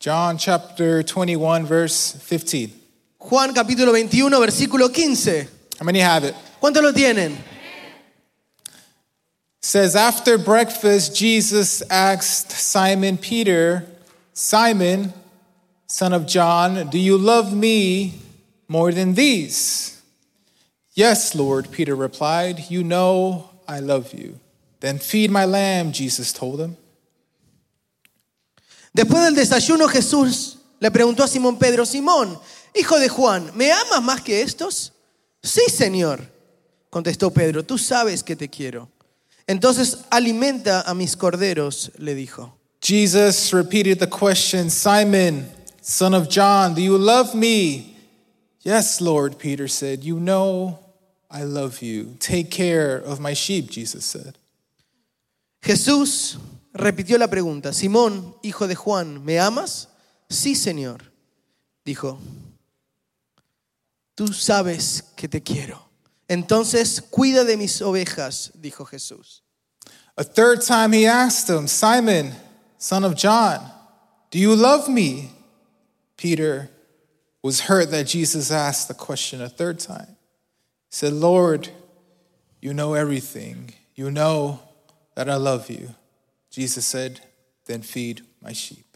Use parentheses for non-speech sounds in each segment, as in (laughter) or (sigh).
John chapter 21, verse 15. Juan capítulo 21, versículo 15. How many have it? ¿Cuántos lo tienen? says after breakfast jesus asked simon peter simon son of john do you love me more than these yes lord peter replied you know i love you then feed my lamb jesus told him Después del desayuno Jesús le preguntó a Simón Pedro, Simón, hijo de Juan, ¿me amas más que estos? Sí, Señor, contestó Pedro, tú sabes que te quiero. Entonces alimenta a mis corderos, le dijo. jesus repeated the question simon son of john do you love me yes lord peter said you know i love you take care of my sheep jesus said Jesús repitió la pregunta, Simón, hijo de Juan, ¿me amas? Sí, Señor, dijo. Tú sabes que te quiero. Entonces cuida de mis ovejas, dijo Jesús. A third time he asked him, Simon, son of John, do you love me? Peter was hurt that Jesus asked the question a third time. He said, Lord, you know everything. You know that I love you. Jesus said, Then feed my sheep.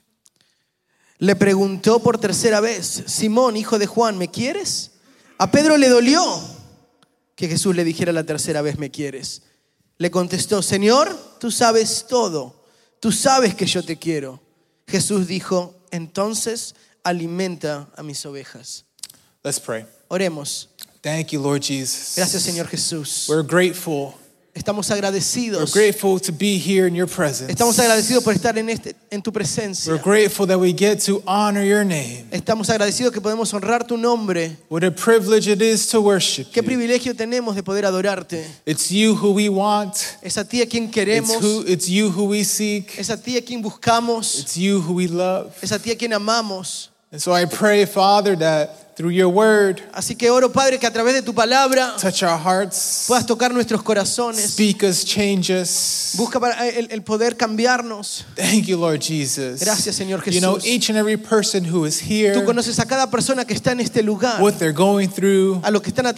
Le preguntó por tercera vez, Simón, hijo de Juan, ¿me quieres? A Pedro le dolió que Jesús le dijera la tercera vez, ¿me quieres? Le contestó, Señor, tú sabes todo, tú sabes que yo te quiero. Jesús dijo, entonces alimenta a mis ovejas. Let's pray. Oremos. Thank you, Lord Jesus. Gracias Señor Jesús. We're grateful. Estamos We're agradecidos. grateful to be here in your presence. Estamos agradecidos por estar en, este, en tu We're presencia. grateful that we get to honor your name. Estamos agradecidos que podemos honrar tu nombre. What a privilege it is to worship Qué you. privilegio tenemos de poder adorarte. It's you who we want. Es a ti a quien It's, queremos. who, it's you who we seek. Es a ti a quien buscamos, It's you who we love. es a ti a quien amamos. And so I pray, Father, that through your word, Así que oro, Padre, que a través de tu palabra touch our hearts, puedas tocar nuestros corazones. speak us, change us. Busca para- eh, el, el poder cambiarnos. Thank you, Lord Jesus. Gracias, Señor You know, Jesús. each and every person who is here, Tú conoces a cada persona que está en este lugar, what they're going through. a los que están Father, I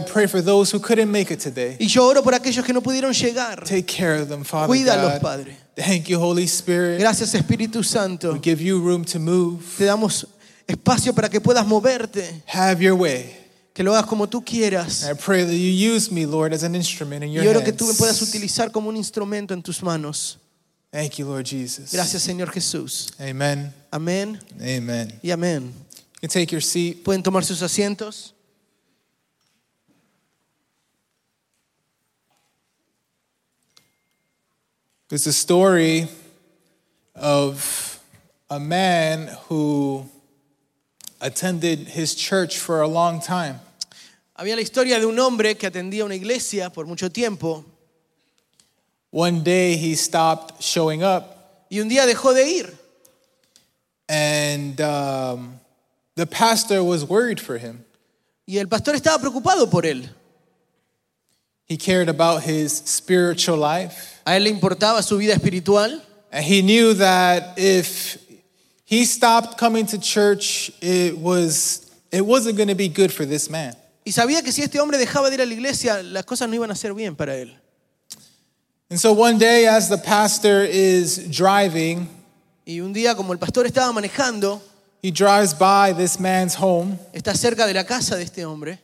atravesando. pray for those who couldn't make it today. Y yo oro por aquellos que no pudieron llegar. Take care of them, Father. Cuídalos, God. Padre. Thank you, Holy Spirit. Gracias, Espíritu Santo. We give you room to move. Te damos espacio para que puedas moverte, Have your way. que lo hagas como tú quieras. And I pray that you use me, Lord, as an instrument in your Y oro que tú me puedas hands. utilizar como un instrumento en tus manos. Thank you, Lord Jesus. Gracias, Señor Jesús. Amen. Amén Amen. y amén. You can take your seat. Pueden tomar sus asientos. It's a story of a man who attended his church for a long time. Había la historia de un hombre que atendía una iglesia por mucho tiempo One day he stopped showing up, y un día dejó de ir. and um, the pastor was worried for him. Y el pastor estaba preocupado por él. He cared about his spiritual life, A él le importaba su vida espiritual and he knew that if he stopped coming to church, it was it wasn't going to be good for this man. y sabía que si este hombre dejaba de ir a la iglesia, las cosas no iban a ser bien para él. And so one day, as the pastor is driving, Y un día, como el pastor estaba manejando, he drives by this man's home está cerca de la casa de este hombre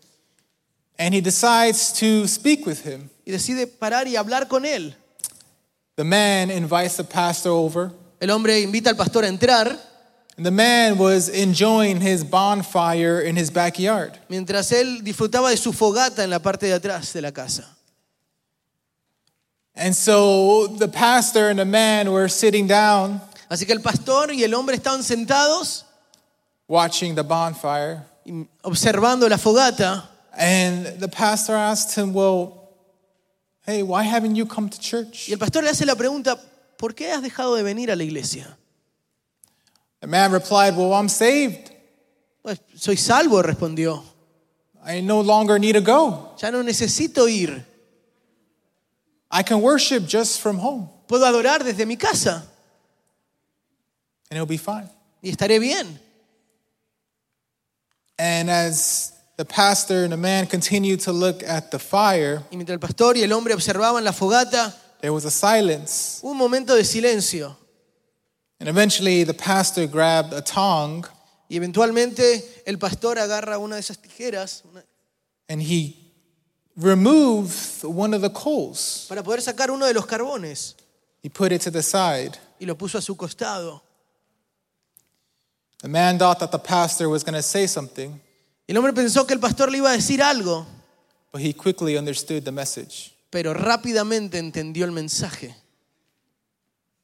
and he decides to speak with him. y decide parar y hablar con él. The man invites the pastor over, El hombre invita al pastor a entrar and the man was enjoying his bonfire in his backyard. mientras él disfrutaba de su fogata en la parte de atrás de la casa. And so the pastor and the man were sitting down Así que el pastor y el hombre estaban sentados watching the bonfire. y- observando la fogata And the pastor asked him, Well, hey, why haven't you come to y church? el pastor le hace la pregunta, ¿por qué has dejado de venir a la iglesia? The man replied, Well, I'm saved. Pues soy salvo, respondió. I no longer need to go. Ya no necesito ir. I can worship just from home Puedo adorar desde mi casa and it'll be fine. y estaré bien. And as the pastor and the man continued to look at the fire, Y mientras el pastor y el hombre observaban la fogata, there was a silence. hubo un momento de silencio. And eventually the pastor grabbed a tong Y eventualmente el pastor agarra una de esas tijeras una- and he removed one of the coals. para poder sacar uno de los carbones He put it to the side. y lo puso a su costado. The man thought that the pastor was going to say something, El hombre pensó que el pastor le iba a decir algo, but he quickly understood the message. pero rápidamente entendió el mensaje.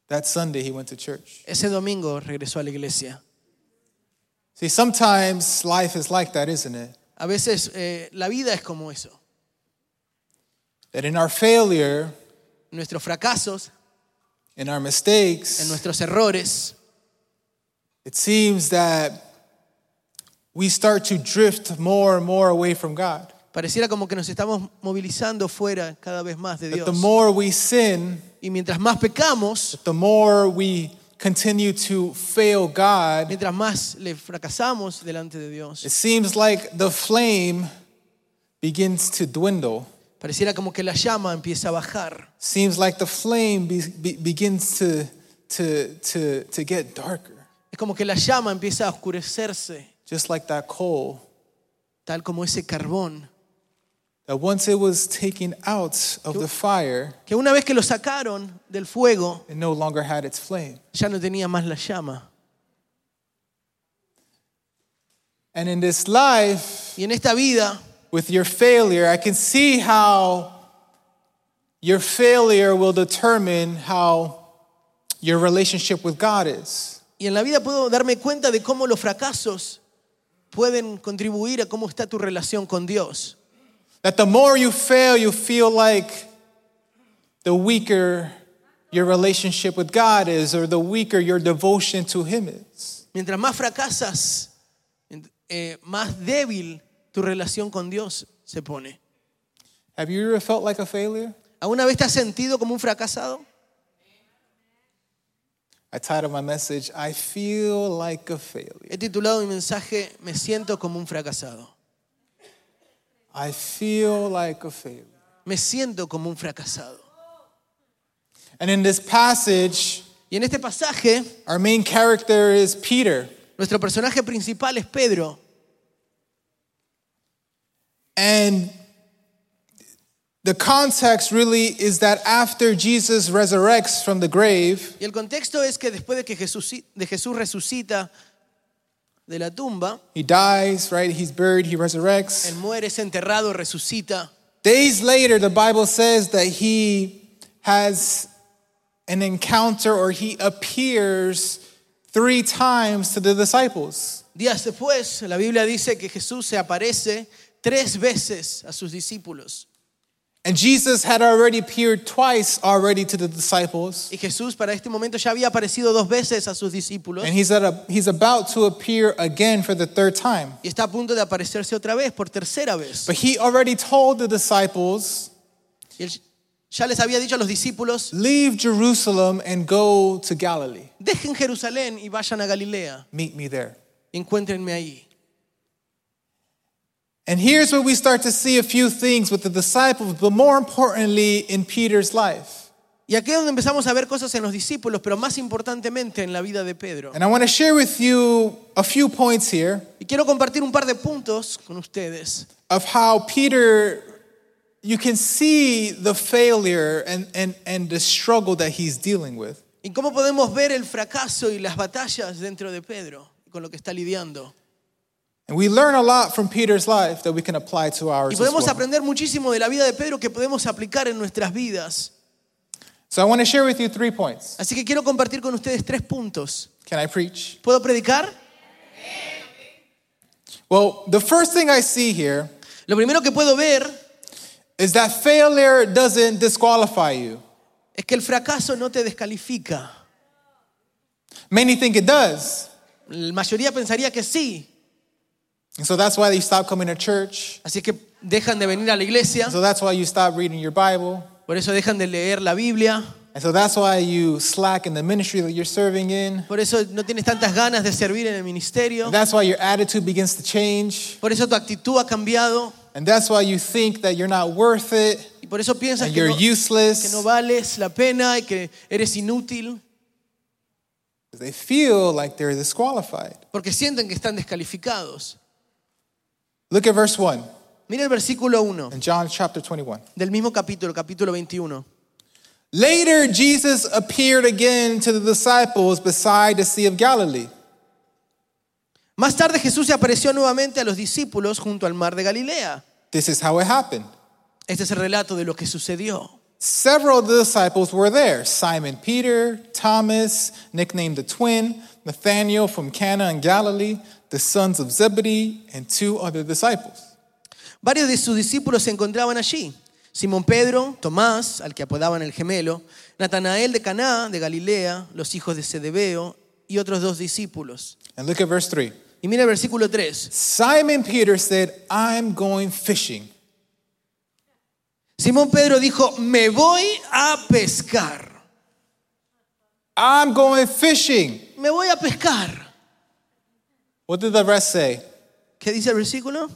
That Sunday, he went to church. Ese domingo regresó a la iglesia. See, sometimes life is like that, isn't it? A veces eh, la vida es como eso. That in our failure, En nuestros fracasos, in our en mistakes, nuestros errores, it seems that we start to drift more and more away from God. pareciera como que nos estamos movilizando fuera cada vez más de That the Dios. more we sin, Y mientras más pecamos, the more we continue to fail God, mientras más le fracasamos delante de it Dios, seems like the flame begins to dwindle. pareciera como que la llama empieza a bajar, Seems like the flame be, be- begins to, to, to, to get darker, es como que la llama empieza a oscurecerse, just like that coal tal como ese carbón, that once it was taken out of the fire, que una vez que lo sacaron del fuego, it no longer had its flame. ya no tenía más la llama. And in this life, Y en esta vida, with your failure, I can see how your failure will determine how your relationship with God is. y en la vida puedo darme cuenta de cómo los fracasos pueden contribuir a cómo está tu relación con Dios. That the more you fail, you feel like the weaker your relationship with God is, or the weaker your devotion to Him is. Mientras más fracasas, ent- eh, más débil tu relación con Dios se pone. Have you ever felt like a failure? ¿Alguna vez te has sentido como un fracasado? I titled my message, I Feel Like a Failure. He titulado mi mensaje Me siento como un fracasado. I feel like a failure. Me siento como un fracasado. And in this passage, Y en este pasaje, our main character is Peter. nuestro personaje principal es Pedro. And the context really is that after Jesus resurrects from the grave, Y el contexto es que después de que Jesús, de Jesús resucita de la tumba, he dies, right? He's buried, he él resurrects. muere, es enterrado, resucita. Days later, the Bible says that he has an encounter or he appears three times to the disciples. Días después, la Biblia dice que Jesús se aparece tres veces a sus discípulos. And Jesus had already appeared twice already to the disciples. Y Jesús para este momento ya había aparecido dos veces a sus discípulos And he's, at a, he's about to appear again for the third time. y está a punto de aparecerse otra vez, por tercera vez. But he already told the disciples, Y él ya les había dicho a los discípulos, leave Jerusalem and go to Galilee. dejen Jerusalén y vayan a Galilea, Meet me there. encuéntrenme ahí. And here's where we start to see a few things with the disciples, but more importantly, in Peter's life. Y aquí es donde empezamos a ver cosas en los discípulos, pero más importantemente en la vida de Pedro. And I want to share with you a few points here Y quiero compartir un par de puntos con ustedes of how Peter, you can see the failure and, and, and the struggle that he's dealing with. y cómo podemos ver el fracaso y las batallas dentro de Pedro, con lo que está lidiando. And we learn a lot from Peter's life that we can apply to Y ours. As podemos well. aprender muchísimo de la vida de Pedro que podemos aplicar en nuestras vidas. So I want to share with you three points. Así que quiero compartir con ustedes tres puntos. Can I preach? ¿Puedo predicar? Well, the first thing I see here Lo primero que puedo ver is that failure doesn't disqualify you. es que el fracaso no te descalifica. Many think it does. La mayoría pensaría que sí. And so that's why you stop coming to church. Así que dejan de venir a la iglesia, So that's why you stop reading your Bible. por eso dejan de leer la Biblia, And so that's why you slack in the ministry that you're serving in. Por eso no tienes tantas ganas de servir en el ministerio. And that's why your attitude begins to change. Por eso tu actitud ha cambiado. And that's why you think that you're not worth it Y por eso piensas and que you're no, que useless. no vales la pena y que eres inútil. They feel like they're disqualified. Porque sienten que están descalificados. Look at verse 1 Mira el versículo 1 in John chapter 21. del mismo capítulo, capítulo 21. Later, Jesus appeared again to the disciples beside the Sea of Galilee. Más tarde Jesús se apareció nuevamente a los discípulos junto al mar de Galilea. This is how it happened. Este es el relato de lo que sucedió. Several of the disciples were there Simon Peter, Thomas, nicknamed the twin, Nathanael from Cana in Galilee, the sons of Zebedee, and two other disciples. Varios de sus discípulos se encontraban allí. Simón Pedro, Tomás, al que apodaban el gemelo, Natanael de Caná, de Galilea, los hijos de Zebedeo y otros dos discípulos. And look at verse 3. Y mira el versículo 3. Simon Peter said, I'm going fishing. Simón Pedro dijo, me voy a pescar. I'm going fishing. Me voy a pescar. What did the rest say? ¿Qué dice el versículo?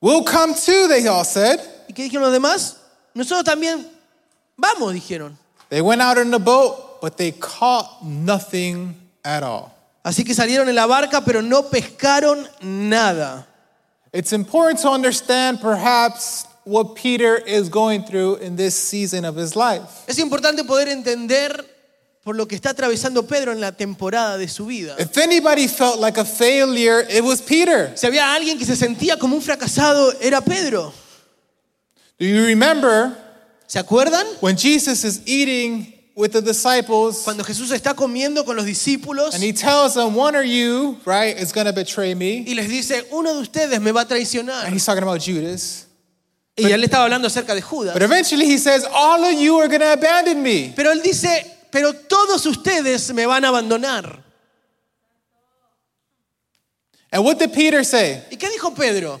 We'll come too, they all said. ¿Y qué dijeron los demás? Nosotros también vamos, dijeron. They went out in the boat, but they caught nothing at all. Así que salieron en la barca, pero no pescaron nada. It's important to understand perhaps what Peter is going through in this season of his life. Es importante poder entender por lo que está atravesando Pedro en la temporada de su vida. If anybody felt like a failure, it was Peter. Si había alguien que se sentía como un fracasado, era Pedro. Do you remember ¿Se acuerdan? when Jesus is eating with the disciples Cuando Jesús está comiendo con los discípulos and he tells them, One of you, right, is going to betray me? y les dice, uno de ustedes me va a traicionar. And he's talking about Judas. Y él estaba hablando acerca de Judas. But eventually he says, All of you are going to abandon me. Pero él dice, pero todos ustedes me van a abandonar. And what did Peter say? ¿Y qué dijo Pedro?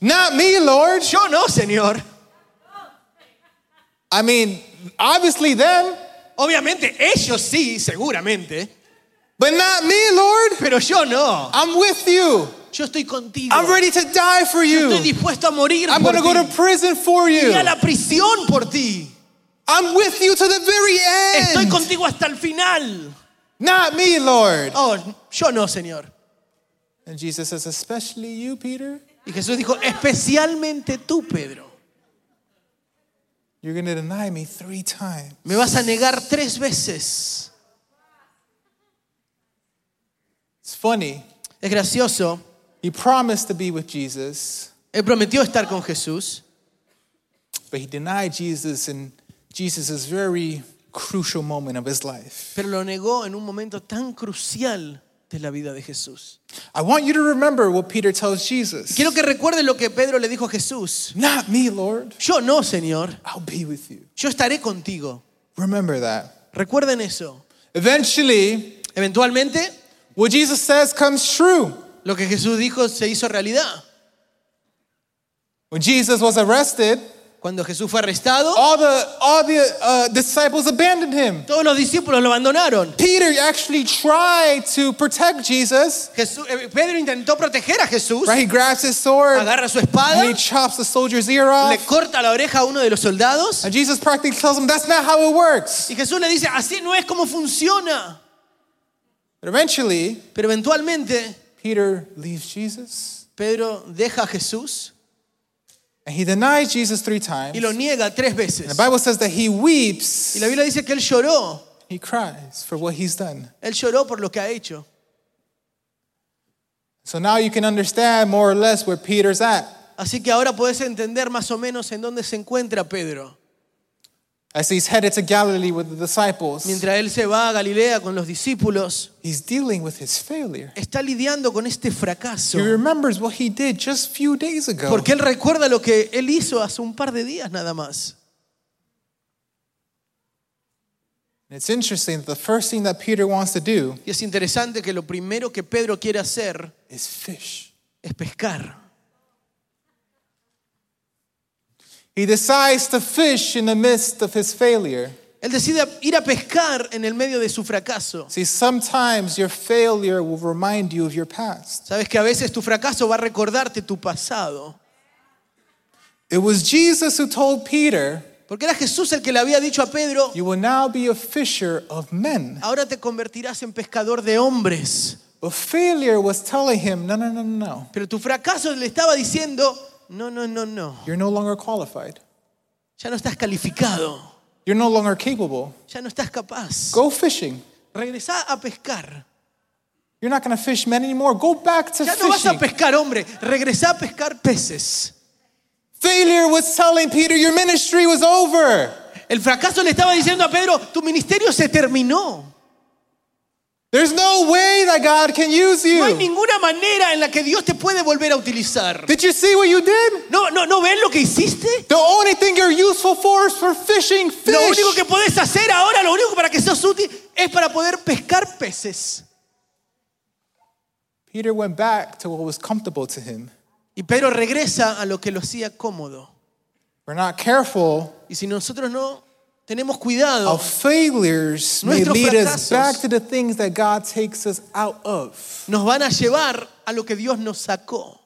Not me, Lord. Yo no, Señor. I mean, obviously them, Obviamente, ellos sí, seguramente. but not me, Lord. Pero yo no. I'm with you. Yo estoy contigo. I'm ready to die for Estoy you. dispuesto a morir I'm por going to go ti. to prison for you. Ir a la prisión por ti. I'm with you to the very Estoy end. contigo hasta el final. Not me, Lord. Oh, yo no, Señor. And Jesus says, especially you, Peter. Y Jesús dijo, especialmente tú, Pedro, You're going to deny me three times. me vas a negar tres veces. It's funny. Es gracioso. He promised to be with Jesus, Él prometió estar con Jesús, but he denied Jesus in Jesus' very crucial moment of his life. pero lo negó en un momento tan crucial de la vida de Jesús. I want you to remember what Peter tells Jesus. Quiero que recuerden lo que Pedro le dijo a Jesús. Not me, Lord. Yo no, Señor. I'll be with you. Yo estaré contigo. Remember that. Recuerden eso. Eventually, Eventualmente, what Jesus says comes true. lo que Jesús dijo se hizo realidad. When Jesus was arrested, Cuando Jesús fue arrestado, all the, all the uh, disciples abandoned him. todos los discípulos lo abandonaron. Peter actually tried to protect Jesus. Jesús- eh, Pedro intentó proteger a Jesús, Right? He grabs his sword agarra su and he espada, chops the soldier's ear le off. corta la oreja a uno de los soldados And Jesus practically tells him that's not how it works. y Jesús le dice, así no es como funciona. But eventually, Pero eventualmente Peter leaves Jesus Pedro deja a Jesús and he denies Jesus three times. y lo And niega tres veces. the Bible says that he Y weeps, la Biblia dice que él lloró, he cries for what he's done. él lloró por lo que ha hecho. So now you can understand more or less where Peter's at. Así que ahora podés entender más o menos en dónde se encuentra Pedro. As he's headed to Galilee with the disciples, Mientras él se va a Galilea con los discípulos, he's dealing with his failure. está lidiando con este fracaso. He remembers what he did just few days ago. Porque él recuerda lo que él hizo hace un par de días nada más. And it's interesting that the first thing that Peter wants to do Y es interesante que lo primero que Pedro quiere hacer is fish. es pescar. He decides to fish in the midst of his failure. Él decide ir a pescar en el medio de su fracaso. See, sometimes your failure will remind you of your past. Sabes que a veces tu fracaso va a recordarte tu pasado. It was Jesus who told Peter, Porque era Jesús el que le había dicho a Pedro, You will now be a fisher of men. ahora te convertirás en pescador de hombres. But failure was telling him, No, no, no, no, no. Pero tu fracaso le estaba diciendo, no, no, no, no, You're no longer qualified. ya no estás calificado, You're no longer capable. ya no estás capaz. Go fishing. Regresá a pescar. You're not going to fish men anymore. Go back to Ya no vas a fishing. pescar, hombre, regresá a pescar peces. Failure was telling Peter, Your ministry was over. El fracaso le estaba diciendo a Pedro, tu ministerio se terminó. There's no way that God can use No hay you. ninguna manera en la que Dios te puede volver a utilizar. Did you see what you did? ¿No, no, no ven lo que hiciste? The only thing you're useful for is for fishing fish. Lo único que podés hacer ahora, lo único para que seas útil, es para poder pescar peces. Peter went back to what was comfortable to him. Y Pedro regresa a lo que lo hacía cómodo. We're not careful. Y si nosotros no tenemos cuidado, Our failures may Nuestros lead us fracasos. back to the things that God takes us out of. nos van a llevar a lo que Dios nos sacó.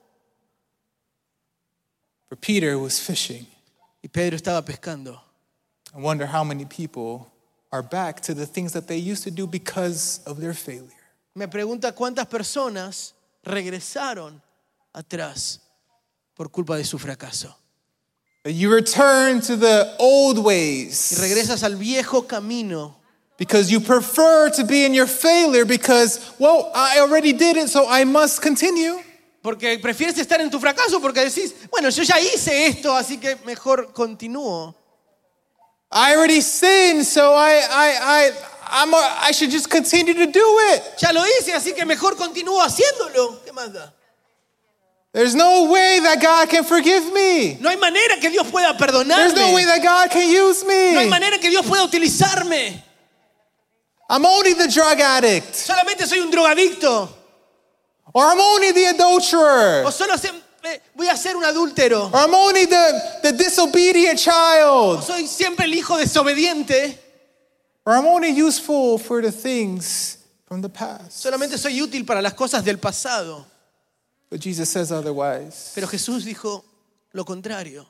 For Peter it was fishing. Y Pedro estaba pescando. I wonder how many people are back to the things that they used to do because of their failure. Me pregunta cuántas personas regresaron atrás por culpa de su fracaso. That you return to the old Y ways regresas al viejo camino because you prefer to be in your failure because, well, I already did it, so I must continue. Porque prefieres estar en tu fracaso porque decís, bueno, yo ya hice esto, así que mejor continúo. I already sinned, so I, I, I, I'm a, I should just continue to do it. Ya lo hice, así que mejor continúo haciéndolo. ¿Qué más da? There's no way that God can forgive me. No hay manera que Dios pueda There's no way perdonarme. that God can use No hay me. manera que Dios pueda utilizarme. I'm only the drug addict, Solamente soy un drogadicto. or I'm only the adulterer, O solo se- eh, voy a ser un adúltero. or I'm only the, the disobedient child, Soy siempre el hijo desobediente. or I'm only useful for the things from the past. Solamente soy útil para las cosas del pasado. But Jesus says otherwise. Pero Jesús dijo lo contrario.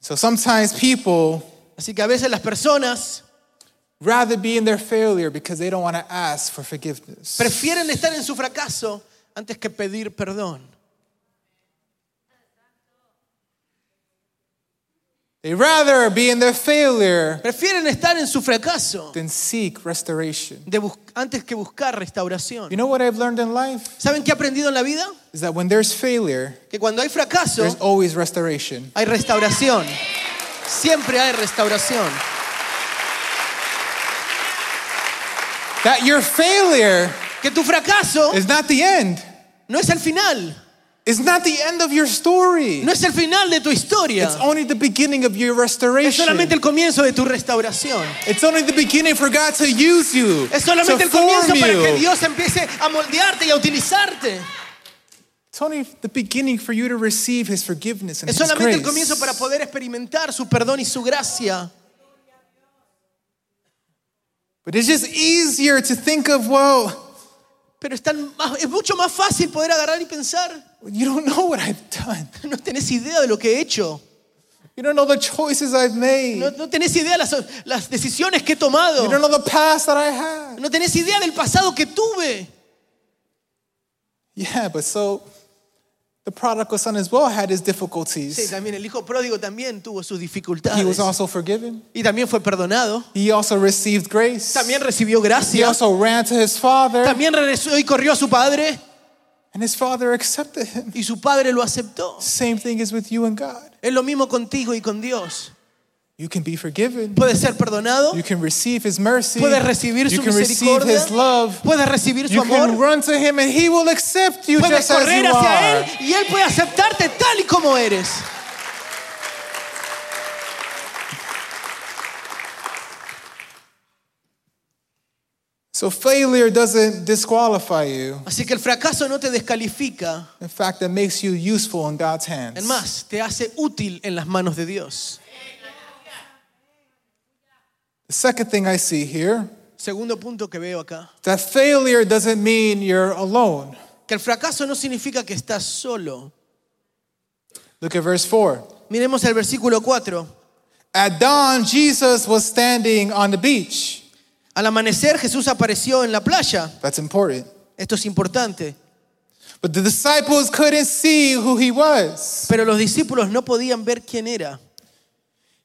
So sometimes people Así que a veces las personas rather be in their failure because they don't want to ask for forgiveness. prefieren estar en su fracaso antes que pedir perdón. They rather be in their failure Prefieren estar en su fracaso then seek restoration. de bus- antes que buscar You restauración. know what I've learned in life? ¿Saben qué he aprendido en la vida? Is that when there's failure, Que cuando hay there's fracaso, always restoration. hay restauración. Siempre hay restauración. That your failure Que tu fracaso is not the end. no es el final. It's not the end of your story. No es el final de tu historia. It's only the beginning of your Es restoration. solamente el comienzo de tu restauración. It's only the beginning for God to use you. Es solamente to el comienzo form para que you. Dios empiece a moldearte y a utilizarte. It's only the beginning for you to receive His forgiveness and Es His solamente el grace. comienzo para poder experimentar su perdón y su gracia. But it's just easier to think of, well, Pero es, tan más- es mucho más fácil poder agarrar y pensar. you don't know what I've done. No tenés idea de lo que he hecho. You don't know the choices I've made. No, no tenés idea de las, las decisiones que he You don't tomado. know the past that I had. No tenés idea del pasado que tuve. Yeah, but so the prodigal son as well had his Sí, difficulties. también el hijo pródigo también tuvo sus He dificultades. was also forgiven. Y también fue perdonado. He also received grace. También recibió He gracia. also ran to his father, También regresó y corrió a su padre. and his father accepted him. Y su padre lo aceptó. Same thing is with you and God. Es lo mismo contigo y con Dios. You can be forgiven. Puedes ser perdonado. You can receive his mercy. Puedes recibir You su can receive misericordia. his love. Puedes recibir su You can amor. run to him, and he will accept you Puedes just as correr you hacia are. Él y Él puede aceptarte tal y como eres. So So failure doesn't disqualify you. Así que el fracaso no te descalifica. In fact, it makes you useful in God's hands. En más, te hace útil en las manos de Dios. The second thing I see here Segundo punto que veo acá. that failure doesn't mean you're alone. Que el fracaso no significa que estás solo. Look at verse 4. Miremos el versículo 4. At dawn, Jesus was standing on the beach. Al amanecer Jesús apareció en la playa. That's important. Esto es importante. But the disciples couldn't see who he was. Pero los discípulos no podían ver quién era.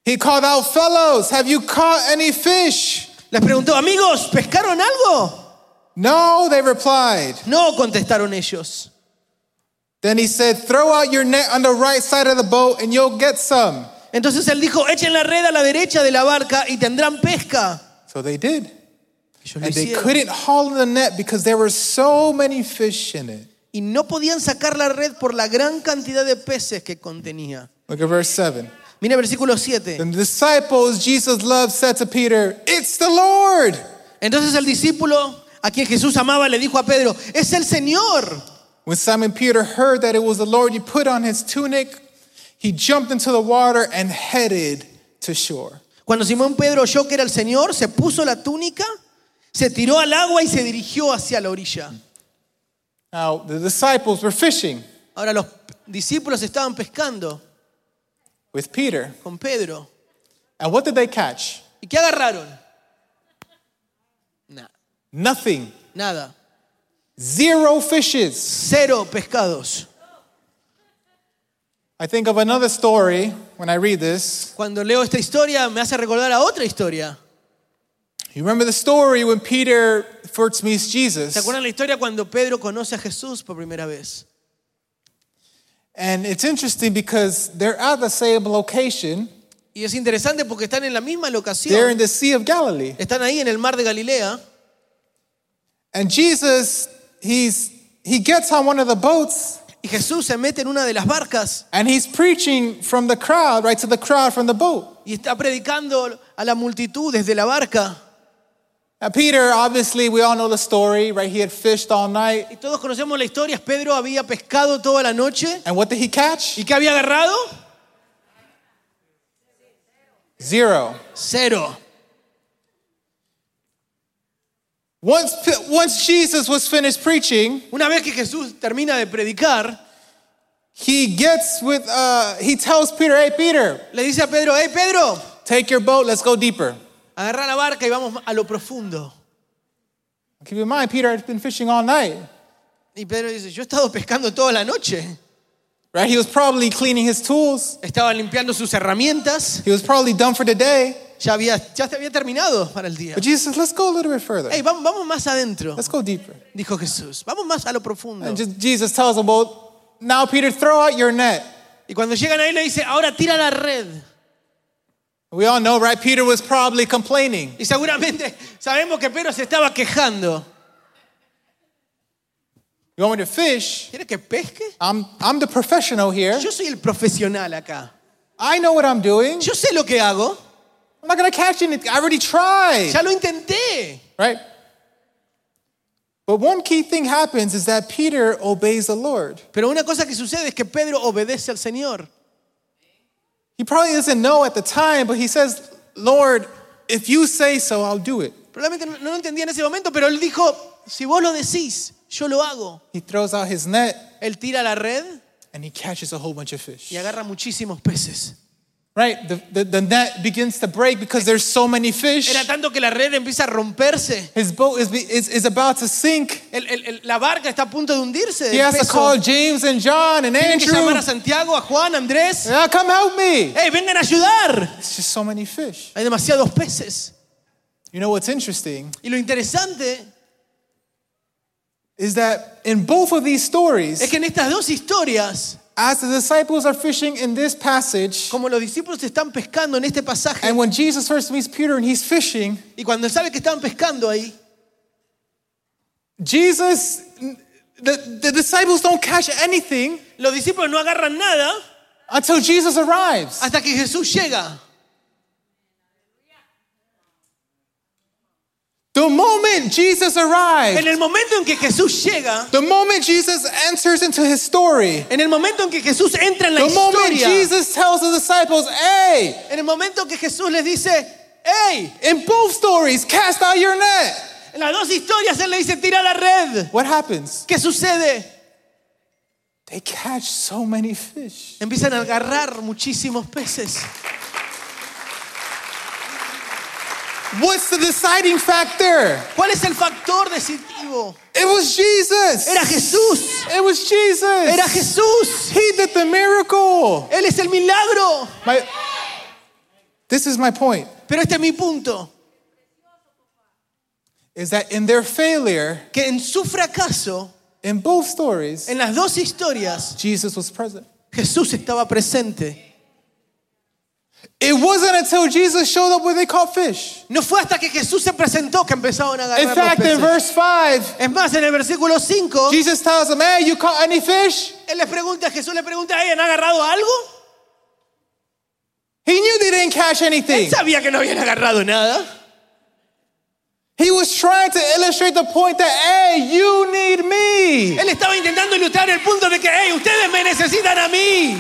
He called out, Fellows, have you caught any fish? Les preguntó, amigos, ¿pescaron algo? No, they replied. No, contestaron ellos. Then he said, Throw out your net on the right side of the boat and you'll get some. Entonces él dijo, echen la red a la derecha de la barca y tendrán pesca. So they did. Ellos lo And they hicieron. couldn't haul in the net because there were so many fish in it. Y no podían sacar la red por la gran cantidad de peces que contenía. Look at verse 7. Mira versículo 7. Then the disciples Jesus loved said to Peter, It's the Lord. Entonces el discípulo a quien Jesús amaba le dijo a Pedro, es el Señor. When Simon Peter heard that it was the Lord, he put on his tunic, he jumped into the water and headed to shore. Cuando Simón Pedro oyó que era el Señor, se puso la túnica, se tiró al agua y se dirigió hacia la orilla. Now, the disciples were fishing Ahora los discípulos estaban pescando with Peter. con Pedro. And what did they catch? ¿Y qué agarraron? Nada. Nothing. Nada. Zero fishes. Cero pescados. I think of another story when I read this. Cuando leo esta historia me hace recordar a otra historia. You remember the story when Peter first meets ¿Se Jesus? acuerdan la historia cuando Pedro conoce a Jesús por primera vez? And it's interesting because they're at the same location. Y es interesante porque están en la misma They're in locación. the Sea of Galilee. Están ahí en el mar de Galilea. And Jesus, he's he gets on one of the boats Y Jesús se mete en una de las barcas and he's preaching from the crowd, right to the crowd from the boat. y está predicando a la multitud desde la barca. Now Peter, obviously, we all know the story, right? He had fished all night. Y todos conocemos la historia. Pedro había pescado toda la noche. And what did he catch? ¿Y qué había agarrado? Zero. Cero. Once, Pe- once Jesus was finished preaching, Una vez que Jesús termina de predicar, he gets with uh, he tells Peter, hey Peter, le dice a Pedro, hey Pedro, take your boat, let's go deeper. agarra la barca y vamos a lo profundo. Keep in mind, Peter had been fishing all night. Y Pedro dice, yo he estado pescando toda la noche. Right? He was probably cleaning his tools. Estaba limpiando sus herramientas. He was probably done for the day. Ya había, ya había terminado para el día. But Jesus says, let's go a little bit further. Hey, vamos, vamos más adentro, Let's go deeper. dijo Jesús. Vamos más a lo profundo. And just, Jesus tells them, well, now Peter, throw out your net. Y cuando llegan ahí le dice, ahora tira la red. We all know, right? Peter was probably complaining. Y seguramente sabemos que Pedro se estaba quejando. You want me to fish? ¿Quieres que pesque? I'm, I'm the professional here. Yo soy el profesional acá. I know what I'm doing. Yo sé lo que hago. I'm not going to catch anything. I already tried. Ya lo intenté. Right? But one key thing happens is that Peter obeys the Lord. Pero una cosa que sucede es que Pedro obedece al Señor. He probably doesn't know at the time, but he says, Lord, if you say so, I'll do it. Probablemente no no lo entendía en ese momento, pero él dijo, si vos lo decís, yo lo hago. He throws out his net Él tira la red and he catches a whole bunch of fish. y agarra muchísimos peces. Right? The, the, the net begins to break because there's so many fish. Era tanto que la red empieza a romperse. His boat is, be- is, is about to sink. El- el- el- la barca está a punto de hundirse. del He has to peso. call James and John and Tienen que Andrew. llamar a Santiago, a Juan, a Andrés. Now come help me. ¡Ey, vengan a ayudar! It's just so many fish. Hay demasiados peces. You know what's interesting Y lo interesante is that in both of these es stories, que en estas dos historias, as the disciples are fishing in this passage, como los discípulos están pescando en este pasaje, and when Jesus first meets Peter and he's fishing, y cuando él sabe que estaban pescando ahí, Jesus, the, the disciples don't catch anything los discípulos no agarran nada until Jesus arrives. hasta que Jesús llega. The moment Jesus En arrived, el momento en que Jesús llega, the moment Jesus enters into his story, en el momento en que Jesús entra en la the moment historia, Jesus tells the disciples, hey, en el momento que Jesús les dice, hey, in both stories, cast out your net. en las dos historias Él le dice, tira la red. What happens? ¿Qué sucede? They catch so many fish. Empiezan a agarrar muchísimos peces. What's the deciding factor? ¿Cuál es el factor decisivo? It was Jesus. Era Jesús. It was Jesus. Era Jesús. He did the miracle. Él es el milagro. My, this is my point. Pero este es mi punto. Is that in their failure, Que en su fracaso, in both stories, en las dos historias, Jesus was present. Jesús estaba presente. It wasn't until Jesus showed up where they caught fish. No fue hasta que Jesús se presentó que empezaron a In agarrar los fact, in peces. verse 5, Es más, en el versículo 5, Jesus tells them, Hey, you caught any fish? él les pregunta, Jesús le pregunta, "Hey, ¿han agarrado algo? He knew they didn't catch anything. Él sabía que no habían agarrado nada. He was trying to illustrate the point that, hey, you need me. Él estaba intentando ilustrar el punto de que, hey, ustedes me necesitan a mí.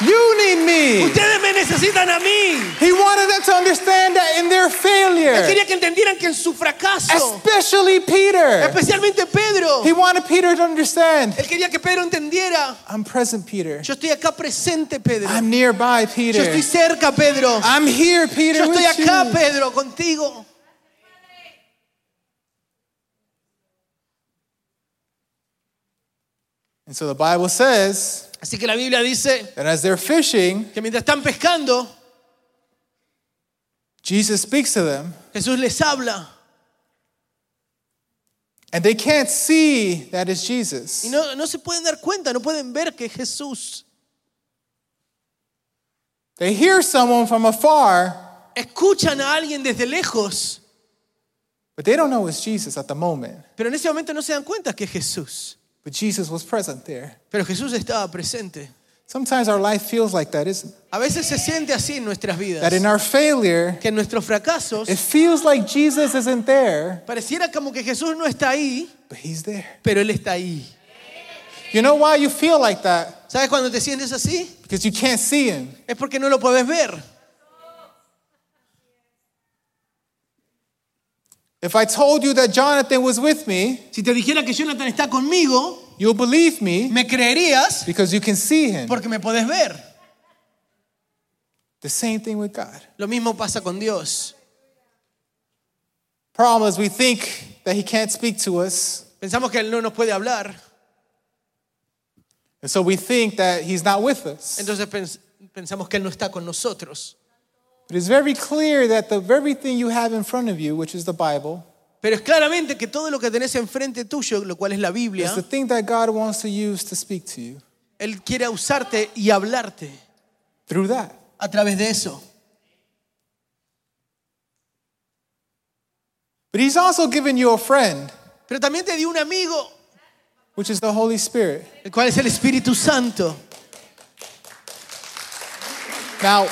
You need me. Ustedes me necesitan a mí. He wanted them to understand that in their Él failure, quería que entendieran que en su fracaso, especially Peter, especialmente Pedro, he wanted Peter to understand él quería que Pedro entendiera, I'm present, Peter. yo estoy acá presente, Pedro. I'm nearby, Yo Peter. estoy cerca, Pedro. I'm here, Peter. Yo estoy with acá, you. Pedro, contigo. And so the Bible says Así que la Biblia dice that as they're fishing, que mientras están pescando, Jesus speaks to them, Jesús les habla. and they can't see that it's Y Jesus. no, no se pueden dar cuenta, no pueden ver que es Jesús. They hear someone from afar, Escuchan a alguien desde lejos, but they don't know it's Jesus at the moment. pero en ese momento no se dan cuenta que es Jesús. But Jesus was present there. Pero Jesús estaba presente. Sometimes our life feels like that, isn't it? A veces se siente así en nuestras vidas, That in our failure, que en nuestros fracasos it feels like Jesus isn't there, pareciera como que Jesús no está ahí, but he's there. pero Él está ahí. You know why you feel like that? ¿Sabes cuando te sientes así? Because you can't see him. Es porque no lo podés ver. If I told you that Jonathan was with me, Si te dijera que Jonathan está conmigo, you'll believe me me creerías because you can see him. porque me podés ver. The same thing with God. Lo mismo pasa con Dios. Problem is, we think that he can't speak to us, Pensamos que Él no nos puede hablar, and so we think that he's not with us. entonces pens- pensamos que Él no está con nosotros. But it's very clear that the very thing you have in front of you, which is the Bible, Pero es claramente que todo lo que tenés enfrente tuyo, lo cual es la is Biblia, the thing that God wants to use to speak to you Él quiere usarte y hablarte through that. a través de eso. But he's also given you a friend, Pero también te dio un amigo, which is the Holy Spirit. el cual es el Espíritu Santo. Now,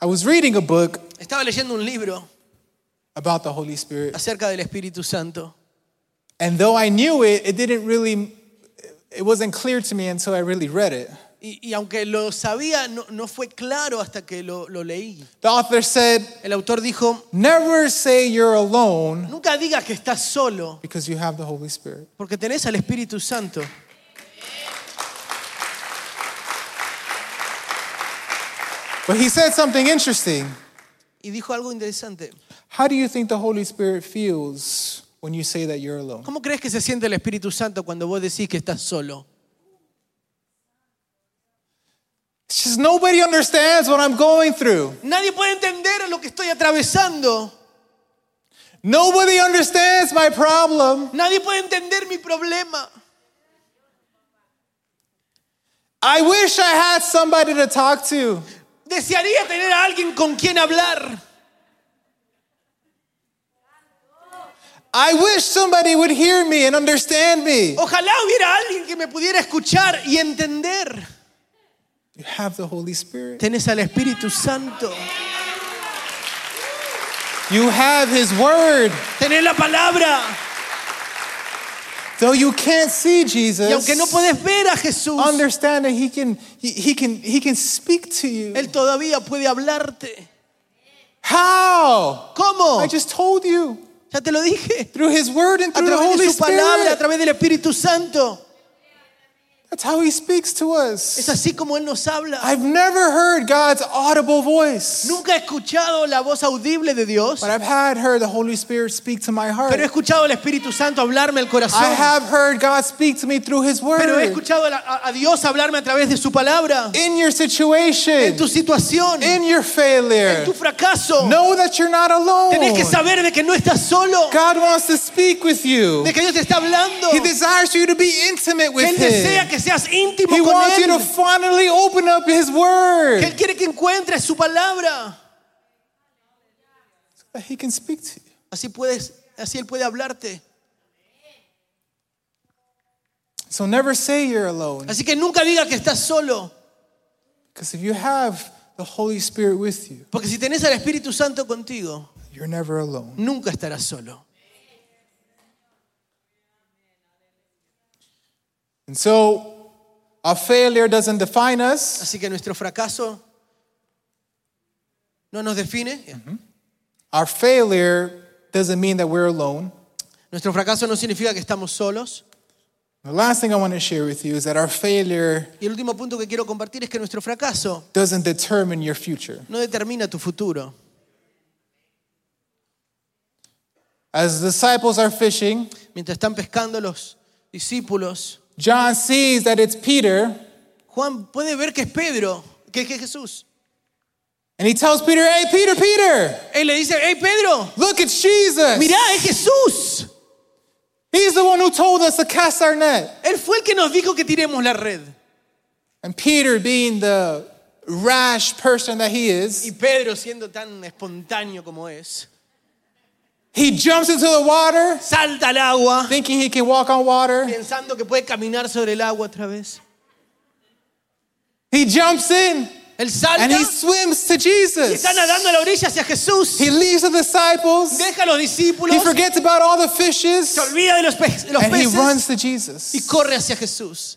I was reading a book Estaba leyendo un libro about the Holy Spirit, acerca del Espíritu Santo. and though I knew it, it didn't really, it wasn't clear to me until I really read it. Y, y aunque lo sabía, no, no fue claro hasta que lo, lo leí. The author said, El autor dijo, Never say you're alone nunca digas que estás solo, because you have the Holy Spirit. porque tenés al Espíritu Santo. But he said something interesting. Y dijo algo interesante. How do you think the Holy Spirit feels when you say that you're alone? ¿Cómo crees que se siente el Espíritu Santo cuando vos decís que estás solo? It's just nobody understands what I'm going through. Nadie puede entender lo que estoy atravesando. Nobody understands my problem. Nadie puede entender mi problema. I wish I had somebody to talk to. Desearía tener a alguien con quien hablar. I wish somebody would hear me and understand me. Ojalá hubiera alguien que me pudiera escuchar y entender. You have the Holy Spirit. Tenés al Espíritu Santo. You have His Word. Tenés la palabra. Though you can't see Y aunque no Jesus, podés ver a Jesús, understand that He can, he, he can, he can speak to you. Él todavía puede hablarte. How? ¿Cómo? I just told you. Ya te lo dije. Through His Word and A through the través Holy de su palabra, a Spirit. través del Espíritu Santo. That's how He speaks to Es us. así como Él nos habla. I've never heard God's audible voice, Nunca he escuchado la voz audible de Dios, but I've had heard the Holy Spirit speak to my heart. pero he escuchado al Espíritu Santo hablarme al I corazón. have heard God speak to me through His Pero he Word. escuchado a la- a, a Dios hablarme a través de su palabra. In your En situation, tu situación, en in your failure, tu fracaso. know that you're not Tenés que alone. saber de que no estás solo, God wants to speak with you. de que Dios te está hablando. He desires for you to be intimate Que with Él desea Him. que seas íntimo He con wants you to Él. finally open up His Que Él Word quiere que encuentres su palabra. so that He can speak to you. Así puedes, así Él puede hablarte. So never say you're alone, Así que nunca digas que estás solo. because if you have the Holy Spirit with you, Porque si tenés al Espíritu Santo contigo, you're never alone. nunca estarás solo. And so our failure doesn't define us, Así que nuestro fracaso no nos define. our failure doesn't mean that we're alone. Nuestro fracaso no significa que estamos solos. The last thing I want to share with you is that our failure Y el último punto que quiero compartir es que nuestro fracaso doesn't determine your future. no determina tu futuro. As the disciples are fishing, Mientras están pescando los discípulos, John sees that it's Peter, Juan puede ver que es Pedro, que que es Jesús. and he tells Peter, Hey, Peter, Peter, Él le dice, hey Pedro, look, it's Jesus. mirá, es Jesús. He's the one who told us to cast our net. Él fue el que nos dijo que tiremos la red. And Peter, being the rash person that he Y is, Pedro, siendo tan espontáneo como es, he jumps into the water, salta al agua, thinking he can walk on water. pensando que puede caminar sobre el agua otra vez. He jumps in, Él salta and he y swims to Jesus. está nadando a la orilla hacia Jesús. He leaves the disciples, Deja a los discípulos, he forgets about all the se fishes, olvida de los, pe- los and he peces runs to Jesus. y corre hacia Jesús.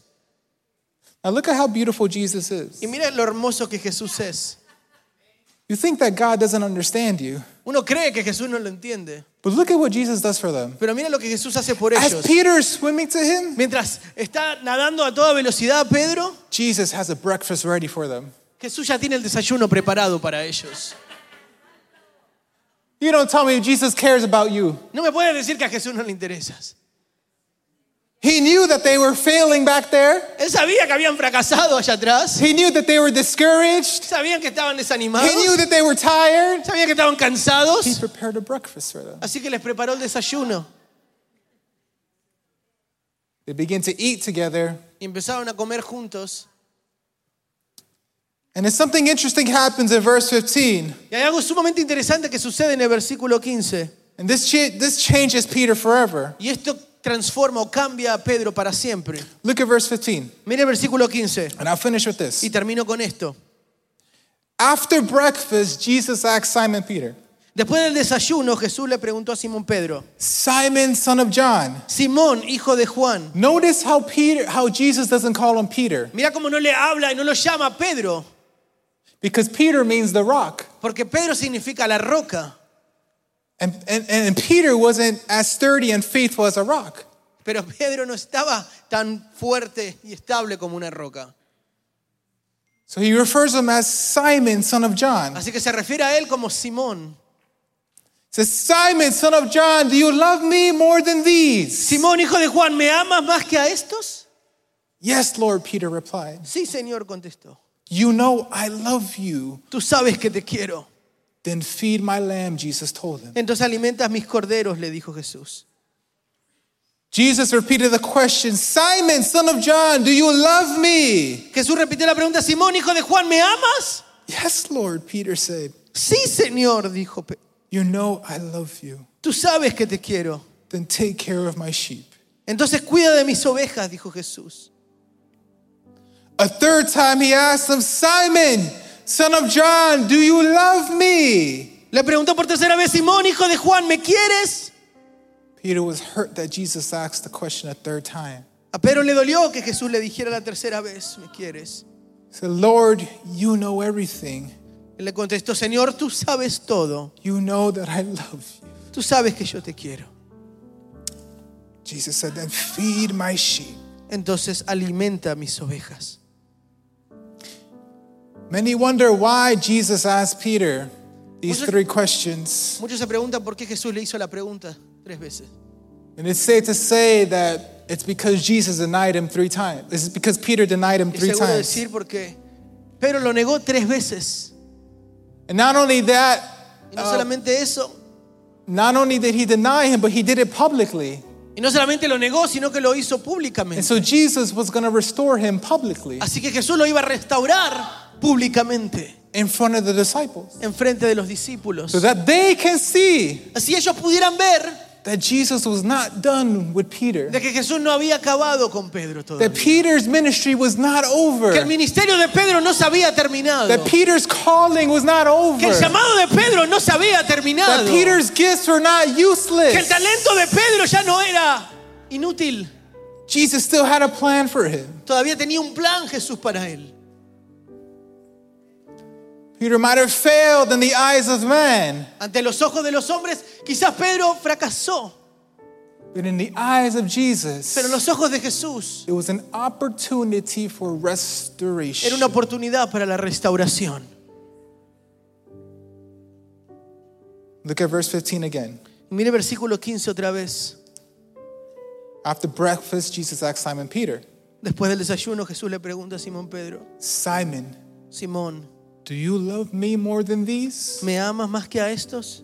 Now look at how beautiful Jesus is. Y mira lo hermoso que Jesús es. You think that God doesn't understand you, Uno cree que Jesús no lo entiende, but look at what Jesus does for them. pero mira lo que Jesús hace por As ellos. Peter is swimming to him, Mientras está nadando a toda velocidad Pedro, Jesus has a breakfast ready for them. Jesús ya tiene el desayuno preparado para ellos. You don't tell me Jesus cares about you. No me puedes decir que a Jesús no le interesas. He knew that they were failing back there. Él sabía que habían fracasado allá atrás. He knew that they were discouraged. Sabían que estaban He knew desanimados. that they were tired. Sabían que estaban He cansados. prepared a breakfast for them. Así que les preparó el desayuno. They begin to eat together. Y empezaron a comer juntos. And then something interesting happens in verse 15. Y hay algo sumamente interesante que sucede en el versículo 15. And this, cha- this changes Peter forever. Y esto transforma o cambia a Pedro para siempre. Look at verse 15. Mira el versículo 15. And I'll finish with this. Y termino con esto. After breakfast, Jesus asked Simon Peter, Después del desayuno, Jesús le preguntó a Simón Pedro, Simon, son of John. Simón, hijo de Juan, Notice how Peter, how Jesus doesn't call him Peter, mira cómo no le habla y no lo llama Pedro, because Peter means the rock. porque Pedro significa la roca. And, and, and Peter wasn't as sturdy and faithful as a rock. Pero Pedro no estaba tan fuerte y estable como una roca. So he refers him as Simon, son of John. Así que se refiere a él como Simón. says, Simon, son of John, do you love me more than these? Simón, hijo de Juan, ¿me amas más que a estos? Yes, Lord, Peter replied. Sí, Señor, contestó. You know I love you. Tú sabes que te quiero. Then feed my lamb, Jesus told him. Entonces alimentas mis corderos, le dijo Jesús. Jesus repeated the question, Simon, son of John, do you love me? Jesús repitió la pregunta, Simón, hijo de Juan, ¿me amas? Yes, Lord, Peter said, Sí, Señor, dijo Pedro. You know I love you. Tú sabes que te quiero. Then take care of my sheep. Entonces cuida de mis ovejas, dijo Jesús. A third time he asked him, Simon, son of John, do you love me? Le preguntó por tercera vez, Simón, hijo de Juan, ¿me quieres? Peter was hurt that Jesus asked the question a third time. A Pedro le dolió que Jesús le dijera la tercera vez, ¿me quieres? He said, Lord, you know everything. Él le contestó, Señor, tú sabes todo. You know that I (laughs) love you. Tú sabes que yo te quiero. Jesus said, Then feed my sheep. Entonces alimenta a mis ovejas. Many wonder why Jesus asked Peter these Muchos- three questions. Muchos se preguntan por qué Jesús le hizo la pregunta tres veces. And it's safe to say that it's because Jesus denied him three times. It's because Peter denied him Es three seguro times. decir porque Pedro lo negó tres veces. And not only that, Y Ah. no solamente eso, not only did he deny him, but he did it publicly. y no solamente lo negó, sino que lo hizo públicamente. And so Jesus was going to restore him publicly Así que Jesús lo iba a restaurar públicamente, in front of the disciples en frente de los discípulos. so that they can see Así ellos pudieran ver that Jesus was not done with Peter, de que Jesús no había acabado con Pedro todavía. that Peter's ministry was not Que el over, ministerio de Pedro no se había terminado. that Peter's calling was not Que el over, llamado de Pedro no se había terminado. that Peter's gifts were not Que el useless. talento de Pedro ya no era inútil. Jesus still had a plan for him. Todavía tenía un plan Jesús para él. Peter might have failed in the eyes of man, Ante los ojos de los hombres, quizás Pedro fracasó, but in the eyes of pero en Jesus, los ojos de Jesús it was an opportunity for era una restoration. oportunidad para la restauración. Look at verse 15 again. Mire versículo 15 otra vez. After breakfast, Jesus asked Simon Peter, Después del desayuno, Jesús le pregunta a Simón Pedro, Simon, Simón, do you love me more than these? ¿me amas más que a estos?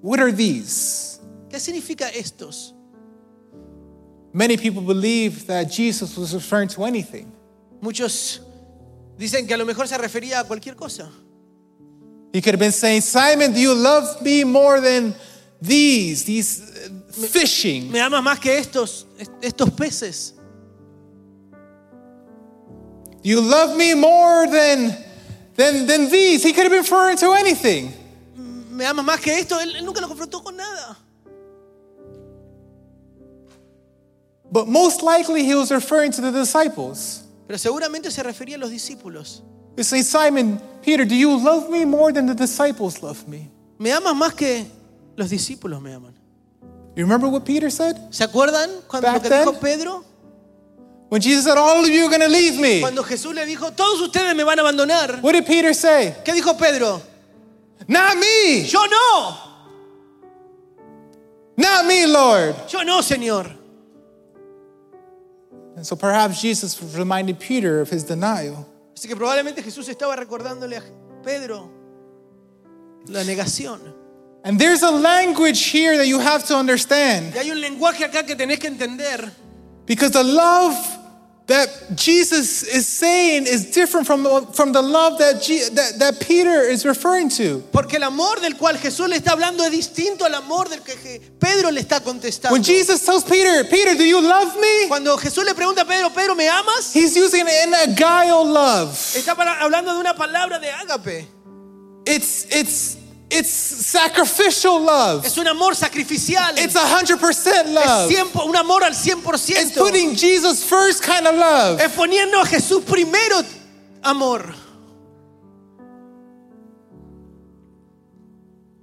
What are these? ¿Qué significa estos? Many people believe that Jesus was referring to anything. Muchos dicen que a lo mejor se refería a cualquier cosa. He could have been saying, Simon, do you love me more than these? These uh, fishing. ¿Me amas más que estos, est- estos peces? Do you love me more than, than, than these? He could have been referring to anything. ¿Me amas más que esto? Él, él nunca lo confrontó con nada. But most likely he was referring to the disciples. Pero seguramente se refería a los discípulos. He's saying, Simon, Peter, do you love me more than the disciples love me? ¿Me amas más que los discípulos me aman? You remember what Peter said? ¿Se acuerdan cuando lo Back que then? dijo Pedro? When Jesus said, All of you are going to leave me. Cuando Jesús le dijo, todos ustedes me van a abandonar. What did Peter say? ¿Qué dijo Pedro? Not me. Yo no, Not me, Lord. yo no, Señor. And so perhaps Jesus reminded Peter of his denial. Así que probablemente Jesús estaba recordándole a Pedro la negación. And there's a language here that you have to understand Y hay un lenguaje acá que tenés que entender. because the love that Jesus is saying is different from, from the love that, Je- that, that Peter is referring to. Porque el amor del cual Jesús le está hablando es distinto al amor del que Je- Pedro le está contestando. When Jesus tells Peter, Peter, do you love me? Cuando Jesús le pregunta a Pedro, Pedro, ¿me amas? He's using an agile love. Está para- hablando de una palabra de ágape. It's it's it's sacrificial love. Es un amor sacrificial. It's a hundred percent es love. tiempo, un amor al It's 100%. putting Jesus first kind of love. Es poniendo a Jesús primero amor.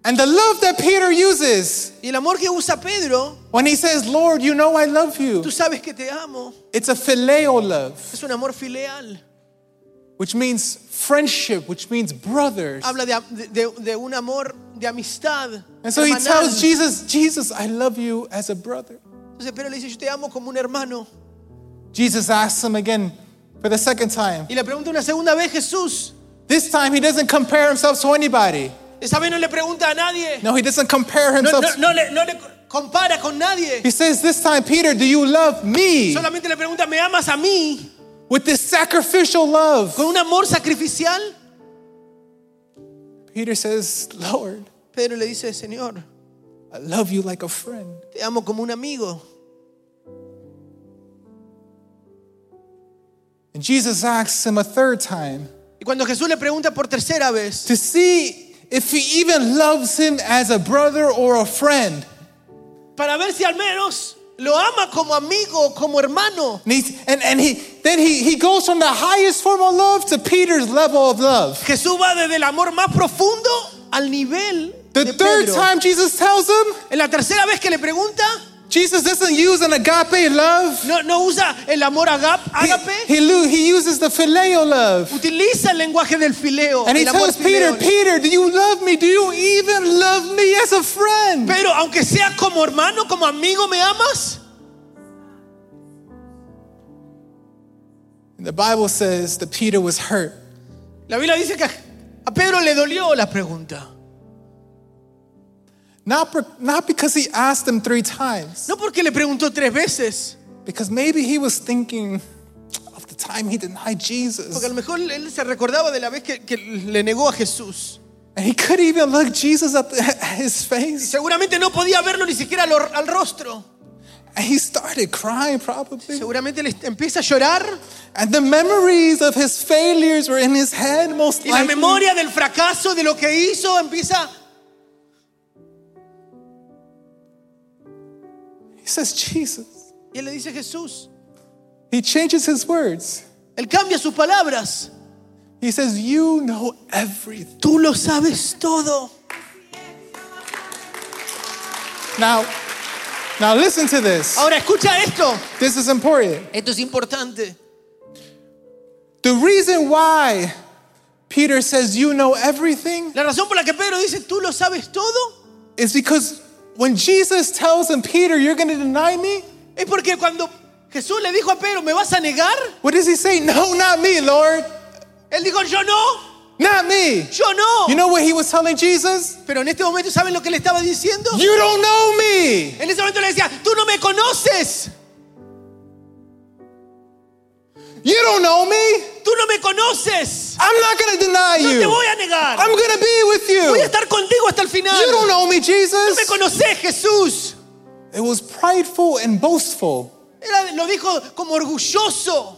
And the love that Peter uses Y el amor que usa Pedro, when he says, Lord, you know I love you, tú sabes que te amo. it's a phileo love, Es un amor filial. which means friendship, which means brothers. Habla de, de- de un amor de amistad. And so he hermanal. tells Jesus, Jesus, I love you as a brother. Entonces Pedro le dice, yo te amo como un hermano. Jesus asks him again for the second time. Y le pregunta una segunda vez Jesús. This time he doesn't compare himself to anybody. Esa vez no le pregunta a nadie. No, he doesn't compare No, himself. no- no le, no le compara con nadie. He says this time, Peter, do you love me Solamente le pregunta, ¿me amas a mí? with this sacrificial love? ¿Con un amor sacrificial? Peter says, Lord, Pedro le dice, Señor, I love you like a friend. te amo como un amigo. And And Jesus asks him a third time Y cuando Jesús le pregunta por tercera vez, to see if he even loves him as a brother or a friend. para ver si al menos lo ama como amigo, como hermano. And, he's, and, and he, then he, he goes from the highest form of love to Peter's level of love. Jesús va desde el amor más profundo al nivel The de third Pedro. time Jesus tells him, En la tercera vez que le pregunta, Jesus doesn't use an agape love. no, no usa el amor agap- He, ágape, he, lu- he uses the phileo love. utiliza el lenguaje del fileo. And he el amor tells Peter, fileo. Peter, do you love me? Do you even love me as a friend? Pero aunque sea como hermano, como amigo, ¿me amas? And the Bible says that Peter was hurt. La Biblia dice que a Pedro le dolió la pregunta. Not, per- not because he asked him three times, No porque le preguntó tres veces, because maybe he was thinking of the time he denied porque a Jesus. lo mejor él se recordaba de la vez que, que le negó a Jesús. And he couldn't even look Jesus at, the- (laughs) at his Y face. seguramente no podía verlo ni siquiera al, or- al rostro. And he started crying, probably. Seguramente él empieza a llorar And the memories of his failures were in his head, most y la likely. memoria del fracaso, de lo que hizo, empieza... He says, Jesus. Y él le dice a Jesús, He changes his words. él cambia sus palabras. He says, You know everything. Tú lo sabes todo. Now, now listen to this. Ahora escucha esto. This is important. Esto es importante. The reason why Peter says you know everything La razón por la que Pedro dice, tú lo sabes todo, is because when Jesus tells him, Peter, you're going to deny me, es porque cuando Jesús le dijo a Pedro, ¿me vas a negar? what does he say? No, not me, Lord. Él dijo, yo no, Not me. yo no. You know what he was telling Jesus? Pero en este momento, ¿saben lo que le estaba diciendo? You don't know me. En ese momento le decía, tú no me conoces, You don't know me. tú no me conoces, I'm not going to deny no te you. voy a negar, I'm going to be with you. voy a estar contigo hasta el final. You don't No know me, me Jesus. conoces, Jesús. It was prideful and boastful. Era- lo dijo como orgulloso.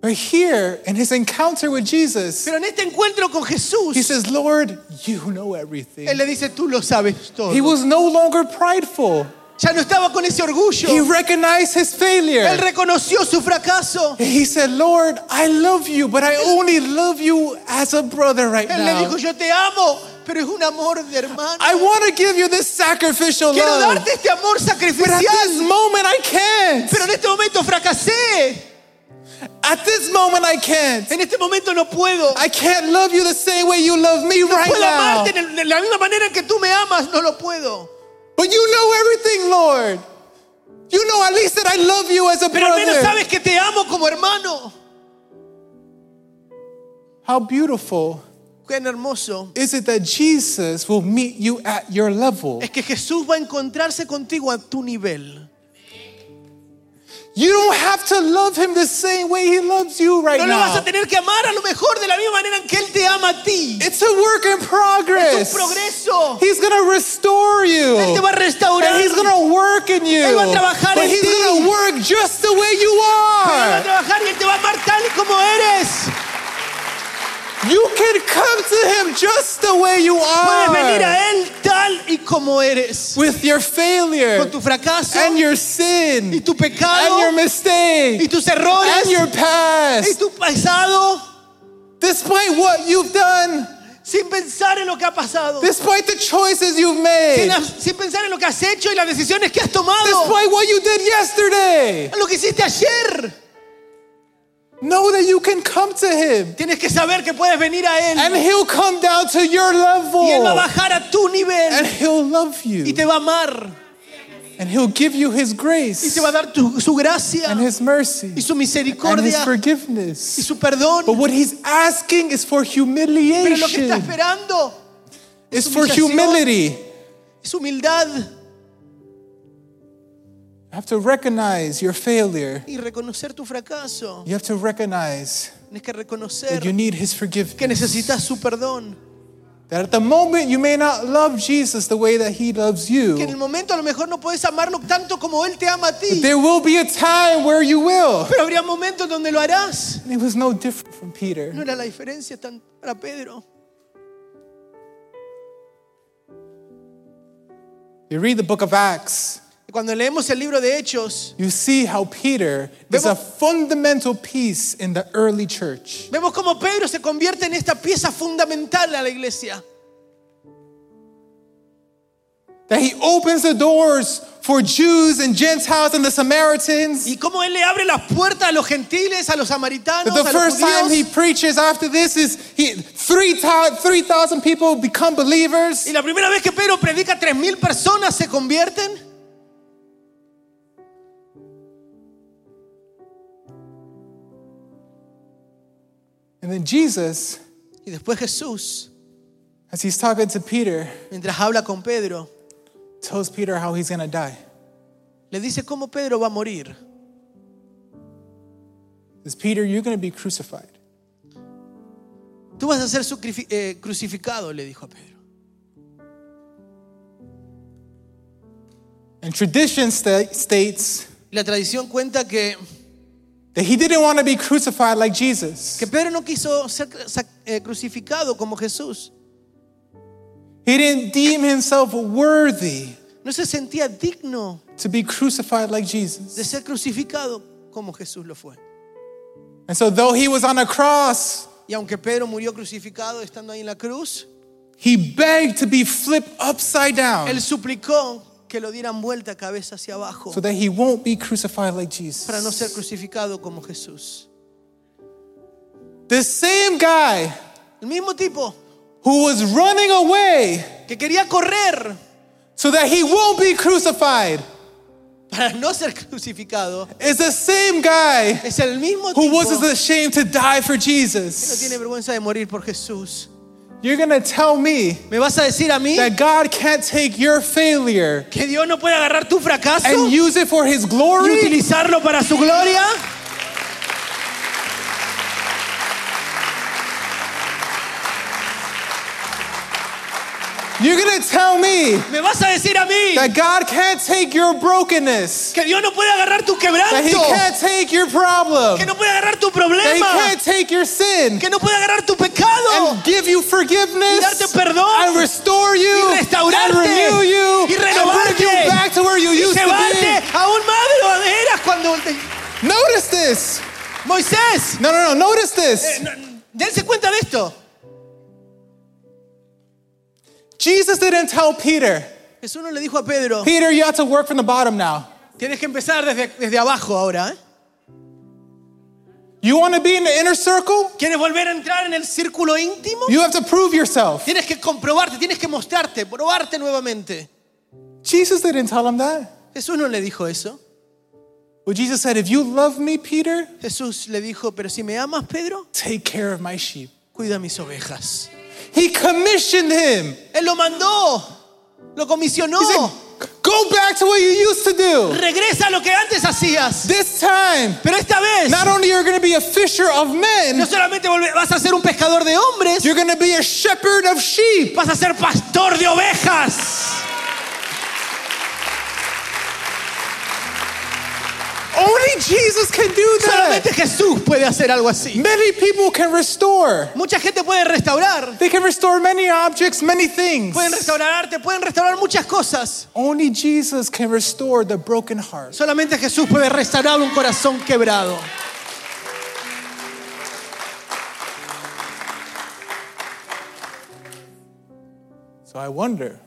But here, in his encounter with Jesus, Pero en este encuentro con Jesús, he says, Lord, you know everything. él le dice, tú lo sabes todo. He was no longer prideful. Ya no estaba con ese orgullo. He recognized his Él failure. reconoció su fracaso. He said, Lord, I love you, but I only love you as a brother right Él le dijo, now. yo te amo, pero es un amor de hermano. I want to give you this sacrificial Quiero love. darte este amor But at sacrificial, this moment, I can't. pero en este momento fracasé. At this moment, I can't. En este momento no puedo. I can't love you the same way you love me right puedo now. amarte en el- de la misma manera en que tú me amas, no lo puedo. But you know everything, Lord. You know at least that I love you as a Pero al menos brother. sabes que te amo como hermano. How beautiful Qué hermoso. is it that Jesus will meet you at your level? Es que Jesús va a encontrarse contigo a tu nivel. You don't have to love him the same way he loves you right No lo vas a now. tener que amar a lo mejor de la misma manera en que Él te ama a ti. It's a work in Es progress. un progreso. He's gonna restore you. Él te va a restaurar. And he's gonna work in you. Él va a trabajar but en he's ti. gonna work just the way you Él va a are. trabajar y Él te va a amar tal y como eres. You can come to him just the way you Puedes venir are. a Él tal y como eres. With your failure Con tu fracaso Pues. and your y sin tu and your pecado y mistake tus and errores your y past. tu pasado. Despite what you've done, Sin pensar en lo que ha pasado. despite the choices you've Sin, made, sin pensar en lo que has hecho y las decisiones que has tomado. despite what you did yesterday. Lo que hiciste ayer. Know that you can come to him Tienes que saber que puedes venir a Él. and he'll come down to your Y Él va a level bajar a tu nivel. and he'll love Y you te va a amar. and he'll give you his Y grace te va a dar tu- su gracia. and his Y mercy and su his misericordia. Y forgiveness. su perdón. But what he's asking is for Pero lo que está humiliation, esperando it's for humillación. humility. You es humildad have to recognize your failure, y reconocer tu fracaso. you have to recognize Tienes que that you reconocer need his que forgiveness. necesitas su perdón. That at the moment you may not love Jesus the way that he loves Que en el you, momento a lo mejor no puedes amarlo tanto como Él te ama a ti. there will be a time where you will. Pero habría momentos donde lo harás. And it was no different from Peter. No era la diferencia tan para Pedro. You read the book of Acts, Cuando leemos el libro de Hechos, you see how Peter is a fundamental piece in the early church. vemos cómo Pedro se convierte en esta pieza fundamental a la iglesia. That he opens the doors for Jews and Gentiles and the Samaritans. Y cómo Él le abre las puertas a los gentiles, a los samaritanos, The a los first time he judíos. preaches after this is he, three ti- 3,000 people become believers. Y la primera vez que Pedro predica, 3.000 personas se convierten. And then Jesus, Y después Jesús, as he's talking to Peter, mientras habla con Pedro, tells Peter how he's going to die. le dice cómo Pedro va a morir. Says, Peter, you're going to be crucified. Tú vas a ser sucrifi- eh, crucificado, le dijo a Pedro. And tradition sta- states La tradición cuenta que, that he didn't want to be crucified like Jesus. que Pedro no quiso ser sac- eh, crucificado como Jesús. He didn't deem himself worthy No se sentía digno to be crucified like de Jesus. ser crucificado como Jesús lo fue. And so, though he was on a cross, Y aunque Pedro murió crucificado estando ahí en la cruz, he begged to be flipped upside down él suplicó que lo dieran vuelta cabeza hacia abajo so that he won't be crucified like para no Jesus. ser crucificado como Jesús. The same guy El mismo tipo who was running away que quería correr so that he won't be crucified para no ser crucificado is the same guy es el mismo who tipo wasn't ashamed to die for que no tiene Jesus. vergüenza de morir por Jesús. You're gonna tell me ¿Me vas a decir a mí that God can't take your failure que Dios no puede agarrar tu fracaso and y use it for his glory? utilizarlo para su gloria? You're gonna tell me ¿Me vas a decir a mí that God can't take your brokenness, que Dios no puede agarrar tu that he quebranto? can't take your Que problem, no puede agarrar tu that he problema. can't take your sin Que no puede agarrar tu pecado. and give you Y darte forgiveness perdón. and restore you Y and restaurarte. renew you and Y bring you renovarte. back to where you Y used to llevarte be. aún más de lo que eras cuando... te- Notice this. Moisés, No, no, no. Notice eh, this. no- dense cuenta de esto. Jesus didn't tell Peter, Jesús no le dijo a Pedro, Peter, you have to work from the bottom now. tienes que empezar desde, desde abajo ahora. ¿eh? You want to be in the inner circle? ¿Quieres volver a entrar en el círculo íntimo? You have to prove yourself. Tienes que comprobarte, tienes que mostrarte, probarte nuevamente. Jesus didn't tell him that. Jesús no le dijo eso. Well, Jesus said, if you love me, Peter, Jesús le dijo, pero si me amas, Pedro, take care of my sheep. cuida mis ovejas. He commissioned him. Él lo mandó, lo comisionó. He said, go back to what you used to do. Regresa a lo que antes hacías. This time, Pero esta vez, not only are you going to be a fisher of no men, solamente volve- vas a ser un pescador de hombres, you're going to be a shepherd of sheep. vas a ser pastor de ovejas. Only Jesus can do that. Solamente Jesús puede hacer algo así. Many people can restore. Mucha gente puede restaurar, They can restore many objects, many things. pueden restaurar arte, pueden restaurar muchas cosas. Only Jesus can restore the broken heart. Solamente Jesús puede restaurar un corazón quebrado. So I wonder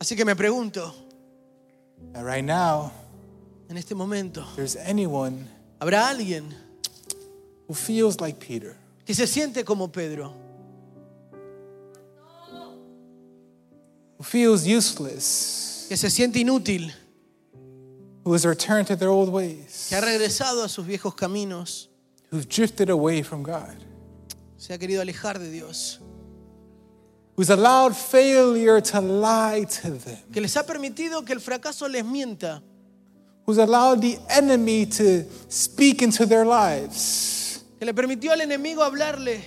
Así que me pregunto, that right now, en este momento, if there's anyone ¿habrá alguien who feels like Peter. que se siente como Pedro? who feels useless, Que se siente inútil, who has returned to their old que ways, ha regresado a sus viejos caminos, who's drifted away from God, se ha querido alejar de Dios, who's allowed failure to lie to them, que les ha permitido que el fracaso les mienta, who's allowed the enemy to speak into their lives que le permitió al enemigo hablarle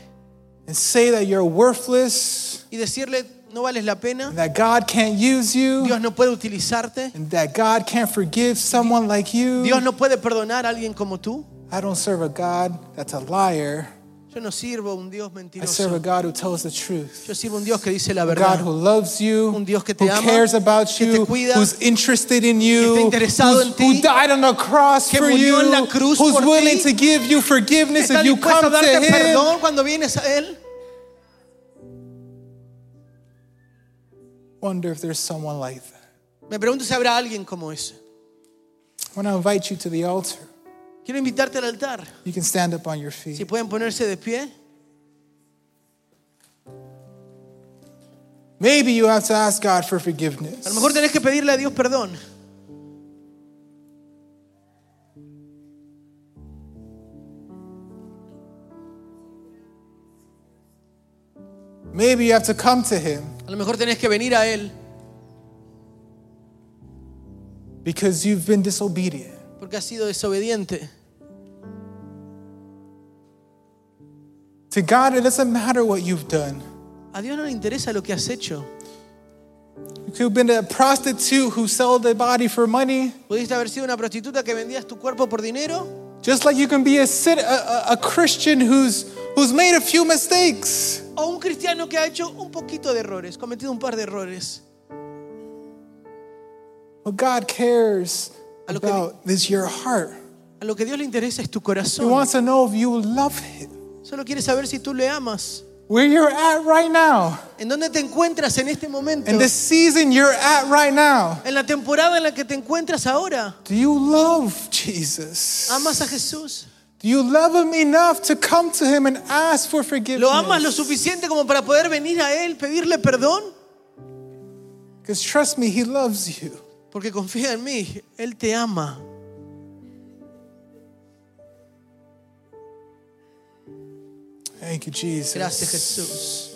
and say that you're worthless, y decirle, no vales la pena, and that God can't use you, Dios no puede utilizarte, and that God can't forgive someone like Dios you. no puede perdonar a alguien como tú. I don't serve a God that's a liar. Yo no sirvo a un Dios I serve mentiroso. a God who tells the truth. Yo sirvo a un Dios que dice la A God verdad, who loves you, Un Dios que te who ama, cares about que te you, cuida, who's interested in you, que está interesado who's- en ti, who died on the cross que for you, murió en la cruz who's por willing ti, to give you forgiveness está if you dispuesto a come to darte Him. perdón cuando vienes a Él. Wonder if there's someone like that. Me pregunto si habrá alguien como ese. I want to invite you to the altar. Quiero invitarte al altar. You can stand up on your Si feet. pueden ponerse de pie. Maybe you have to ask God for A lo forgiveness. mejor tenés que pedirle a Dios perdón. Maybe you have to come to Him A lo mejor tenés que venir a Él because you've been disobedient. porque has sido desobediente. To God, it doesn't matter what you've done. A Dios no le interesa lo que has hecho. You could have been a prostitute who sold their body for money. Pudiste haber sido una prostituta que vendías tu cuerpo por dinero. Just like you can be a, cit- a, a, a Christian who's, who's made a few mistakes. O un cristiano que ha hecho un poquito de errores, cometido un par de errores. What God cares A lo que di- about is your heart. A lo que Dios le interesa es tu He corazón. wants to know if you love Him. Solo quiere saber si tú le amas. Where you're at right now, ¿En dónde te encuentras en este momento? in the season you're at right now. En la temporada en la que te encuentras ahora. Do you love Jesus? ¿Amas a Jesús? Do you love Him enough to come to Him and ask for ¿Lo amas lo forgiveness? suficiente como para poder venir a Él, pedirle perdón? Because trust me, He loves you. Porque confía en mí, Él te ama. Thank you, Jesus. Gracias Jesús.